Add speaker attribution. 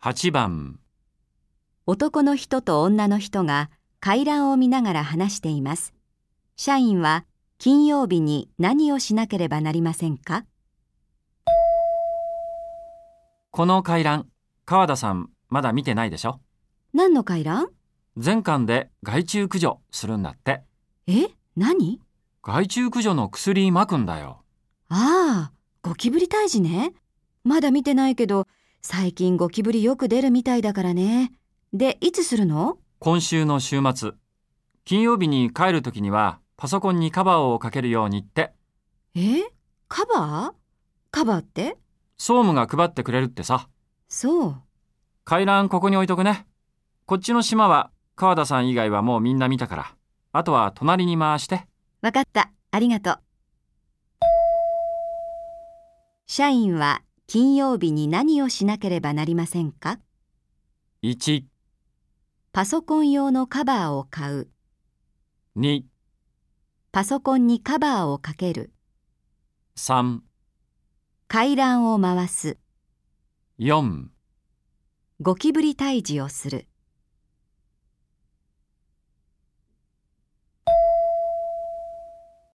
Speaker 1: 8番、
Speaker 2: 男の人と女の人が回覧を見ながら話しています。社員は金曜日に何をしなければなりませんか
Speaker 1: この回覧、川田さん、まだ見てないでしょ
Speaker 2: 何の回覧
Speaker 1: 全巻で害虫駆除するんだって。
Speaker 2: え何
Speaker 1: 害虫駆除の薬撒くんだよ。
Speaker 2: ああ、ゴキブリ退治ね。まだ見てないけど、最近ゴキブリよく出るみたいだからね。で、いつするの
Speaker 1: 今週の週末、金曜日に帰るときには、パソコンにカバーをかけるようにって、
Speaker 2: えカバーカバーって
Speaker 1: 総務が配ってくれるってさ。
Speaker 2: そう。
Speaker 1: 回覧ここに置いとくね。こっちの島は、川田さん以外はもうみんな見たから。あとは隣に回して。
Speaker 2: わかった。ありがとう。社員は金曜日に何をしなければなりませんか
Speaker 1: 1、
Speaker 2: パソコン用のカバーを買う。
Speaker 1: 2、
Speaker 2: パソコンにカバーをかける。
Speaker 1: 3、
Speaker 2: 回覧を回す。
Speaker 1: 4。
Speaker 2: ゴキブリ退治をする。